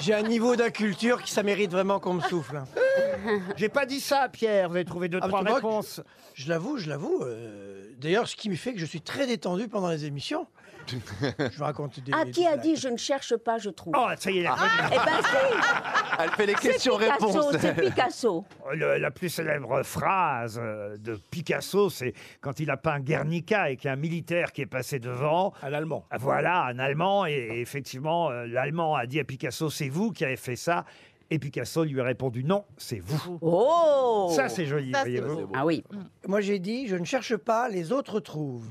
J'ai un niveau d'inculture qui ça mérite vraiment qu'on me souffle. J'ai pas dit ça, Pierre. Vous avez trouvé deux, Ah, trois tu vois que réponses. je je l'avoue, je l'avoue. euh, D'ailleurs, ce qui me fait que je suis très détendu pendant les émissions. Je vous raconte des. Ah, des qui a blagues. dit je ne cherche pas, je trouve Oh, ça y est, la, Eh ben, c'est- Elle c'est fait les Picasso, questions-réponses. c'est Picasso. le- la plus célèbre phrase euh, de Picasso, c'est quand il a peint Guernica et qu'il y a un militaire qui est passé devant. À l'allemand. Ah, Voilà, un Allemand. Et, et effectivement, euh, l'Allemand a dit à Picasso, c'est vous qui avez fait ça. Et Picasso lui a répondu, non, c'est vous. Oh Ça, c'est joli, Ça, c'est voyez-vous. Ah oui. Moi, j'ai dit, je ne cherche pas, les autres trouvent.